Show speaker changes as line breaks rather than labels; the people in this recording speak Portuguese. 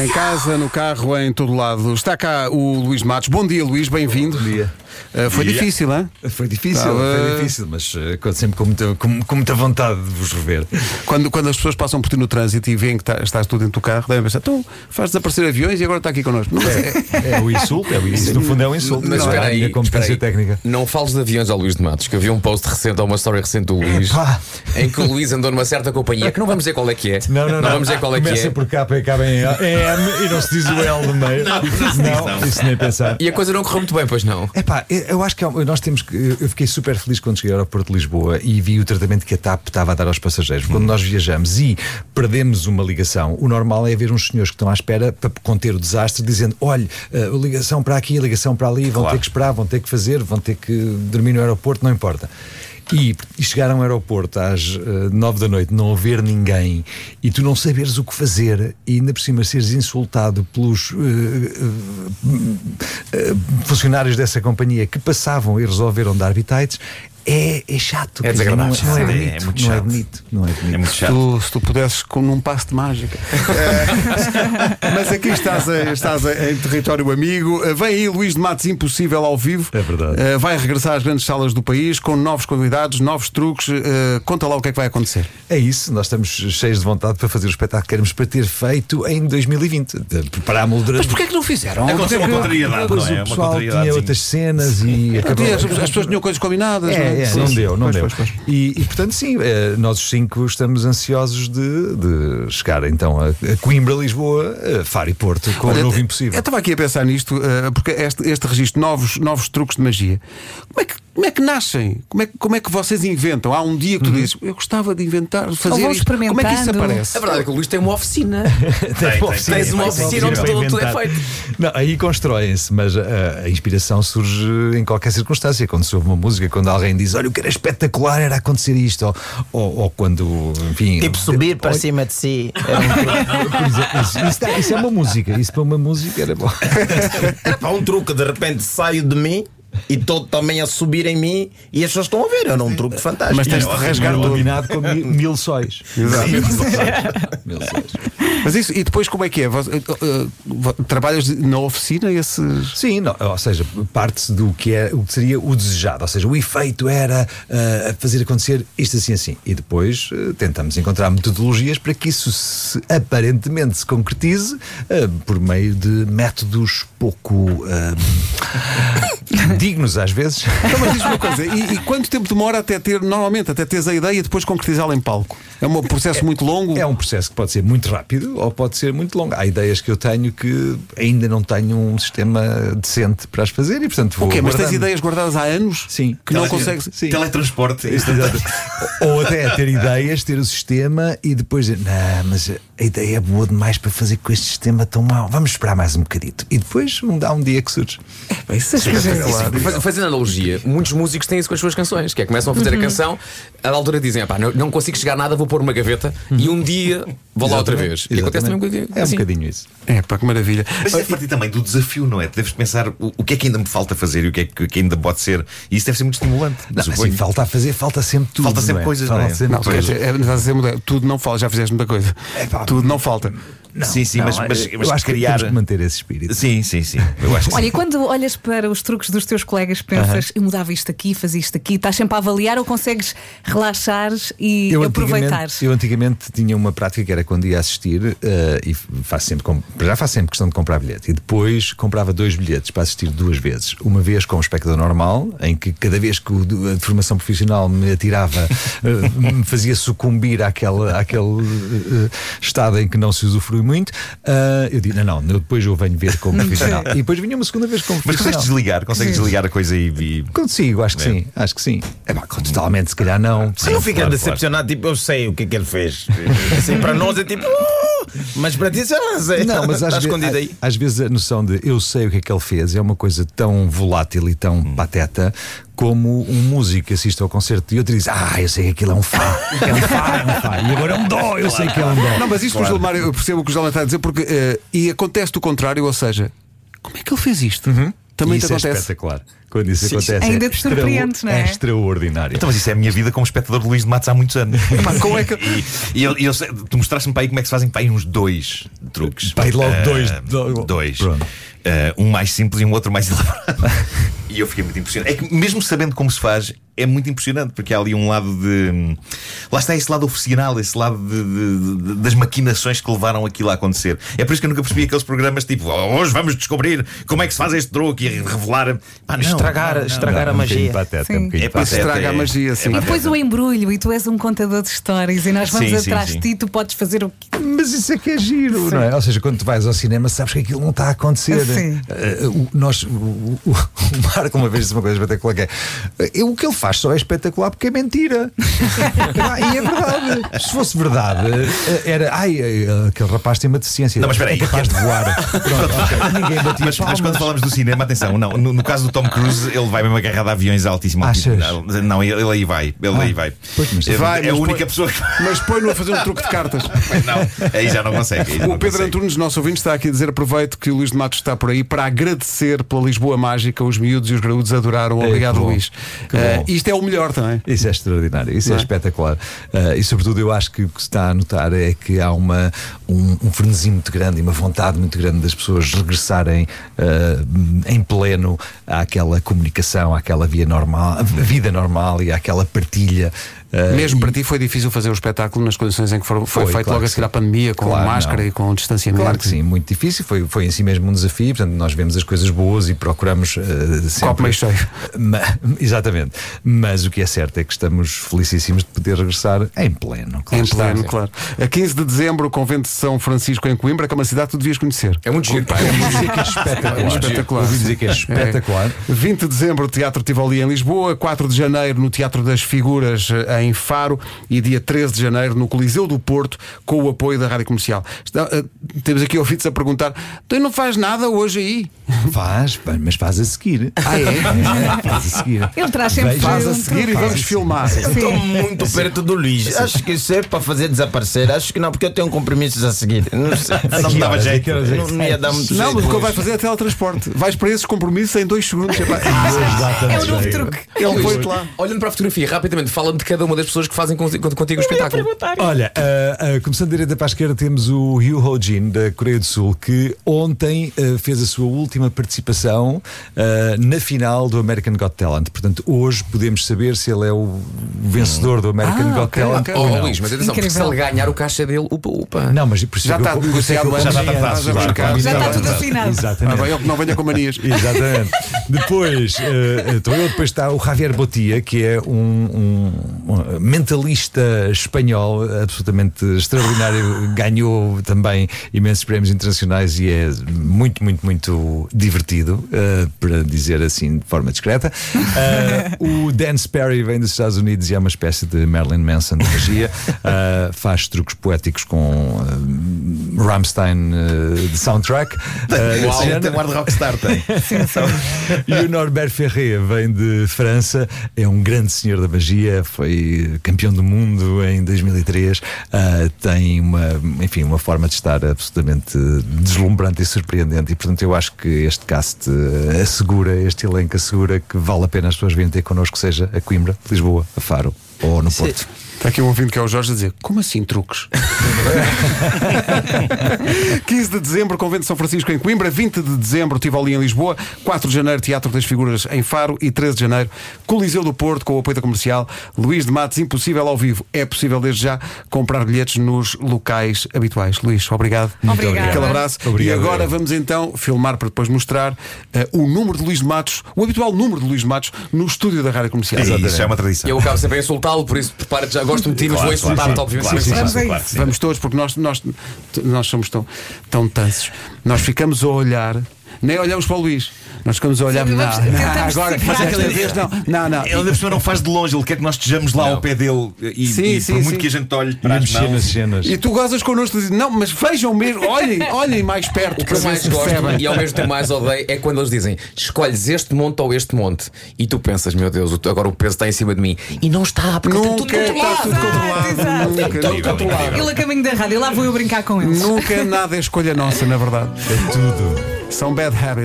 Em casa, no carro, em todo lado. Está cá o Luís Matos. Bom dia, Luís, bem-vindo.
Bom dia.
Ah, foi
Dia.
difícil, hã?
Foi difícil,
Estava-
foi difícil, mas eh, com- sempre com muita, com, com muita vontade de vos rever.
Quando, quando as pessoas passam por ti no trânsito e veem que tá- estás tudo dentro do carro, devem pensar, então faz desaparecer aviões e agora está aqui connosco. Mas é-
É o insulto, é o insulto. Isso no fundo é um insulto.
Mas
não é
espera
a minha
aí,
competência
espera aí.
técnica.
Não fales de aviões ao Luís de Matos, que havia um post recente ou uma história recente do Luís
Epá.
em que o Luís andou numa certa companhia que não vamos dizer qual é que é.
Não, não, não.
vamos dizer qual é que
Começa
é.
por K e acaba em M e não se diz o L no meio. Não, isso nem pensar.
E a coisa não correu muito bem, pois não.
Epá, eu- eu acho que é um- nós temos que. Eu fiquei super feliz quando cheguei ao aeroporto de Lisboa e vi o tratamento que a TAP estava a dar aos passageiros. Quando nós viajamos e perdemos uma ligação, o normal é haver uns senhores que estão à espera para conter o desastre, dizendo: olha, a ligação para aqui, a ligação para ali, vão ter que esperar, vão ter que fazer, vão ter que dormir no aeroporto, não importa. E, e chegar a um aeroporto às eh, nove da noite, não haver ninguém e tu não saberes o que fazer e ainda por cima seres insultado pelos eh, eh, eh, funcionários dessa companhia que passavam e resolveram dar bitites. É, é chato.
É
quer dizer,
desagradável.
Não, é- não é
Sim, é
bonito.
muito
não é
chato.
bonito. Não é bonito.
É muito chato.
Tu, se tu pudesses com um passo de mágica.
É.
Eh, Mas aqui estás, a- estás a- em território amigo. Eh, Vem aí Luís de Matos Impossível ao vivo.
É verdade.
Eh, Vai regressar às grandes salas do país com novos convidados, novos truques. Eh, Conta lá o que é que vai acontecer.
É isso, nós estamos cheios de vontade para fazer o espetáculo que queremos para ter feito em 2020. Preparámos durante.
é que não fizeram?
Aconteceu uma contrariedade, não
Depois
é?
o
Uma
pessoal tinha outras
contrariedade.
cenas e acabou.
As, as pessoas tinham coisas combinadas.
É, é, não
Sim.
deu, não
Pois,
deu.
pois, pois.
E, e, portanto, sim, eh, nós os cinco estamos ansiosos de, de chegar então a, a Coimbra, Lisboa, a Faro e Porto com
Olha,
o novo
Eu
impossível.
estava aqui a pensar nisto, eh, porque este, este registro, novos, novos truques de magia, como é que, como é que nascem? Como é, que- como é que vocês inventam? Há um dia que tu
Uhum.
dizes, eu gostava de inventar, de fazer
vou
isto. Como é que isso
experimentando.
aparece?
A verdade é que o Luís tem uma oficina.
Tens uma
tem, tens uma oficina
onde
para
tudo- tudo é
inventar.
feito.
Não, aí constroem-se, mas ah, a, inspiração surge em qualquer circunstância. Quando se ouve uma música, quando alguém diz, olha, o que era espetacular era acontecer isto, ou, ou, ou quando, enfim.
Tipo subir para cima de si.
Ah,
eh,
Por exemplo, isso, isso dá- isso é uma música, isso para uma música era bom.
Há um truque, de repente saio de mim e todo também a subir em mim e as pessoas estão a ver. Era um truque fantástico.
Mas tens de
Não,
rasgar
não,
tudo.
Combinado com mil, mil sóis. Mil sóis.
Mas isso, e depois como é que é? Vós- eh, eh, vo- trabalhas na oficina esses.
Sim, não, ou seja, parte-se do que, é, o que seria o desejado, ou seja, o efeito era ah, fazer acontecer isto assim assim. E depois ah, tentamos encontrar metodologias para que isso se- aparentemente se concretize ah, por meio de métodos pouco ah, dignos às vezes.
Então, mas diz-me uma coisa, e, e quanto tempo demora até ter, normalmente, até teres a ideia e depois concretizá-la em palco? É um processo muito longo?
É um processo que pode ser muito rápido ou pode ser muito longo. Há ideias que eu tenho que ainda não tenho um sistema decente para as fazer e portanto vou
O quê? Mas tens
guardando.
ideias guardadas há anos
Sim.
que não
Tele-
consegues.
Sim.
Teletransporte.
Isto, exato. Ou até ter ideias, ter o sistema e depois dizer, não, mas a ideia é boa demais para fazer com este sistema tão mau. Vamos esperar mais um bocadito. E depois um- há um dia que surge.
Faz- Fazendo analogia, muitos músicos têm isso com as suas canções, que é começam a fazer a canção, à altura dizem, "Epá, não, não consigo chegar a nada, vou pôr uma gaveta e um dia vou lá outra vez. E acontece também
Exatamente.
um bocadinho.
É um
assim.
bocadinho isso.
É, pá, que maravilha.
Mas
é
isso deve partir também do desafio, não é? Tu deves pensar o, o que é que ainda me falta fazer e o que é que, que ainda pode ser. E isso deve ser muito estimulante.
Não,
suponho.
assim, falta a fazer, falta sempre tudo.
Falta sempre
não é?
coisas,
falta
não é?
Sempre
Não, quer
coisas.
dizer, é, estás a dizer mudar. tudo não falta, já fizeste muita coisa.
É pá,
tudo não falta.
Não,
Sim, sim,
não,
mas- mas-
eu
mas
acho que
criar-
temos que manter esse espírito.
Sim, sim, sim. Eu acho que
Olha,
sim.
e quando olhas para os truques dos teus colegas, pensas, eu mudava isto aqui, fazia isto aqui, estás sempre a avaliar ou consegues relaxar e
antigamente-
aproveitar?
Eu antigamente tinha uma prática que era quando ia assistir eh, e faço sempre, com- já faço sempre questão de comprar bilhete. E depois comprava dois bilhetes para assistir duas vezes. Uma vez com o espectador normal, em que cada vez que o do- a formação profissional me atirava, eh, me fazia sucumbir àquela, àquele eh, eh, estado em que não se usufrui muito, eh, eu disse: não, não, eu depois eu venho ver com o profissional. E depois vinha uma segunda vez com o
Mas
profissional.
consegues desligar, consegues desligar a coisa e. e...
Consigo, acho que
É.
sim, acho que sim. É, pá, totalmente, se calhar não.
Você não fica
Claro,
decepcionado, tipo, eu sei o que é que ele fez. Assim, para nós é tipo. "Oh", mas para ti, sei lá, não sei.
Não, mas às,
está
ve-
escondido aí.
às vezes a noção de eu sei o que é que ele fez é uma coisa tão volátil e tão pateta como um músico que assiste ao concerto e outro diz: Ah, eu sei que aquilo é um fá, é um fá, é um fá, e agora é um dó, eu sei que é um dó.
Não, mas isto que o Gilmar, eu percebo o que o Gilmar está a dizer, porque. eh, e acontece o contrário, ou seja, como é que ele fez isto? Também
Isso
te
é
acontece.
espetacular. quando isso
Sim, sim.
acontece.
Ainda
é
te surpreendes,
extraor-
não é?
extraordinário.
Então, mas isso é a minha vida como espectador de Luís de Matos há muitos anos.
é
E, e eu, e eu sei- tu mostraste-me para aí como é que se fazem para aí uns dois truques.
Pá, e logo
Ah,
dois, do-
dois.
pronto.
Ah, um mais simples e um outro mais elaborado. e eu fiquei muito impressionado. É que mesmo sabendo como se faz, é muito impressionante, porque há ali um lado de. Lá está esse lado oficinal, esse lado de- de- de- das maquinações que levaram aquilo a acontecer. É por isso que eu nunca percebi aqueles programas tipo "Oh, hoje vamos descobrir como é que se faz este truque e revelar. Pá, não,
Estragar-
não, não,
estragar
não.
a
Um bocadinho
magia.
pateta,
Sim.
um bocadinho
É para
pateta.
Estraga a magia, sim.
E depois um o embrulho, e tu és um contador de histórias, e nós vamos
Sim, sim,
atrás
sim.
de ti, tu podes fazer o que.
Mas isso é que é giro, não é? Ou seja, quando tu vais ao cinema, sabes que aquilo não está a acontecer.
Sim.
Eh, o, nós, o, o- o Marco uma vez disse uma coisa espetacular: que é, "Eh, o que ele faz só é espetacular porque é mentira. Ah, e é verdade. Se fosse verdade, eh, era ai, eh, aquele rapaz tem uma deficiência.
Não, mas espera aí.
É capaz de voar. Pronto, ok. Ninguém batia
Mas, mas
palmas.
quando falamos do cinema, atenção, não, no, no caso do Tom Cruise, ele vai mesmo agarrado a aviões a altíssima altitude.
Achas?
Não, Não, ele, ele aí vai, ele aí vai.
pois, mas-
Ele-
Vai, mas
é a única
põe-
pessoa que.
Mas põe-no a fazer um truque de cartas.
Mas não, aí já não consegue. aí já
O
não
Pedro
consegue.
Antunes, nosso ouvinte, está aqui a dizer: aproveito que o Luís de Matos está por aí para agradecer pela Lisboa Mágica. Os miúdos e os graúdos adoraram. Obrigado,
É, que bom,
Luís.
que bom.
Eh, isto é o melhor também.
Isso é extraordinário, isso
Não
é
é?
espetacular. Ah, e sobretudo eu acho que o que se está a notar é que há uma, um, um frenesi muito grande e uma vontade muito grande das pessoas regressarem ah, em pleno àquela comunicação, àquela via normal, vida normal e àquela partilha. ah,
Mesmo para ti foi difícil fazer o espetáculo nas condições em que foram- foi,
Foi,
feito
claro
logo a
que
seguir
sim.
à pandemia, com
Claro,
máscara
não.
e com distanciamento.
Claro que sim, muito difícil, foi, foi em si mesmo um desafio, portanto nós vemos as coisas boas e procuramos eh, sempre...
Copo meio cheio.
Ma- exatamente, mas o que é certo é que estamos felicíssimos de poder regressar em pleno. claro
Em
está.
pleno, claro. A 15 de dezembro, o convento de São Francisco em Coimbra, que é uma cidade que tu devias conhecer.
É muito giro, pá.
É espetacular.
Ouvi dizer que é espetacular.
20 de dezembro, Teatro Tivoli em Lisboa, 4 de janeiro no Teatro das Figuras eh, em Faro e dia 13 de janeiro no Coliseu do Porto com o apoio da Rádio Comercial. Está- eh, temos aqui ouvintes a perguntar: tu não faz nada hoje aí?
Faz, pá, mas faz a seguir.
Ah, é?
Faz a seguir.
Ele traz sempre
Veja-
Faz a
junto.
seguir e vamos filmar.
Estou muito perto do Luís. Acho que isso é para fazer desaparecer. Acho que não, porque eu tenho compromissos a seguir. Não sei.
Não me dava
horas é
jeito.
que horas
Não, não ia dar muito
Não,
jeito
mas o que ele
hoje.
vai fazer é teletransporte. Vais para esses compromissos em dois segundos. Epá,
É o novo truque.
Ele foi-te lá.
Olhando para a fotografia, rapidamente, fala-me de cada uma das pessoas que fazem conti- contigo, o espetáculo.
Olha, ah, ah, começando da direita para a esquerda, temos o Ryu Ho-jin, da Coreia do Sul, que ontem ah, fez a sua última participação ah, na final do American Got Talent. Portanto, hoje podemos saber se ele é o vencedor do American
Ah,
Got
ok,
Talent.
ok.
Oh,
Ou não.
Luís, mas atenção, porque se
Incrível.
ele ganhar o caixa dele, upa, upa.
Não, mas por isso
Já
é que eu-
está
por isso é que
negociado
eu
antes.
combinei
Já está
antes, claro,
atrás, já
combinei
Já está
antes.
tudo afinado.
Ah,
Exatamente.
bem, ele que não venha com manias.
Exatamente. Depois, eh, então eu, depois está o Javier Botia, que é um, um- um mentalista espanhol absolutamente extraordinário, ganhou também imensos prémios internacionais e é muito, muito, muito divertido, eh, para dizer assim de forma discreta. Eh, o Dan Sperry vem dos Estados Unidos e é uma espécie de Marilyn Manson de magia, Eh, faz truques poéticos com eh, Rammstein eh, de soundtrack. Eh,
Uau,
Luciana.
tem um ar de rockstar, tem.
E o Norbert Ferré vem de França, é um grande senhor da magia, foi campeão do mundo em 2003, ah, tem uma, enfim, uma forma de estar absolutamente deslumbrante e surpreendente. E portanto, eu acho que este cast eh, assegura, este elenco assegura que vale a pena as pessoas virem ter connosco, seja a Coimbra, Lisboa, a Faro ou no Porto.
Está aqui um ouvinte que é o Jorge a dizer: Como assim truques? 15 de dezembro, Convento de São Francisco em Coimbra, 20 de dezembro, Tivoli em Lisboa, 4 de janeiro, Teatro das Figuras em Faro e 13 de janeiro, Coliseu do Porto com o apoio da comercial. Luís de Matos, impossível ao vivo. É possível desde já comprar bilhetes nos locais habituais. Luís, obrigado.
obrigada.
Aquele abraço.
Obrigado.
E agora vamos então filmar para depois mostrar eh, o número de Luís de Matos, o habitual número de Luís de Matos no estúdio da Rádio Comercial.
Isso é uma tradição.
Eu acabo sempre a insultá-lo, por isso prepara-te já, gosto de ti, mas vou
Claro, claro,
insultar-te, obviamente.
claro,
mas-
claro,
Vamos a
claro,
isso.
sim.
Vamos todos, porque nós, nós, t- nós somos tão, tão tansos. Nós ficamos a olhar, nem olhamos para o Luís, nós ficamos a olhar.
Sim, vamos-
não, não,
tentamos
agora,
decifrar.
mas esta vez não. Não, não.
Ele da pessoa não faz de longe, ele quer que nós estejamos lá ao pé dele e,
Sim,
e
sim,
por muito
sim.
que a gente olhe
E
para as
mexer
mãos.
nas cenas.
E tu gozas connosco, dizes, não, mas vejam mesmo, olhem, olhem mais perto
O que
para
eu
ver
mais
se
gosto
percebem.
e ao mesmo tempo mais odeio é quando eles dizem escolhes este monte ou este monte e tu pensas, meu Deus, o- agora o peso está em cima de mim e não está, é porque está tudo
Nunca está tudo
Exato,
controlado.
exato.
Nunca,
Incrível,
nunca,
incrível.
Ele a caminho da rádio, lá vou eu brincar com ele.
nunca nada é escolha nossa, na verdade.
É tudo.
São bad habits.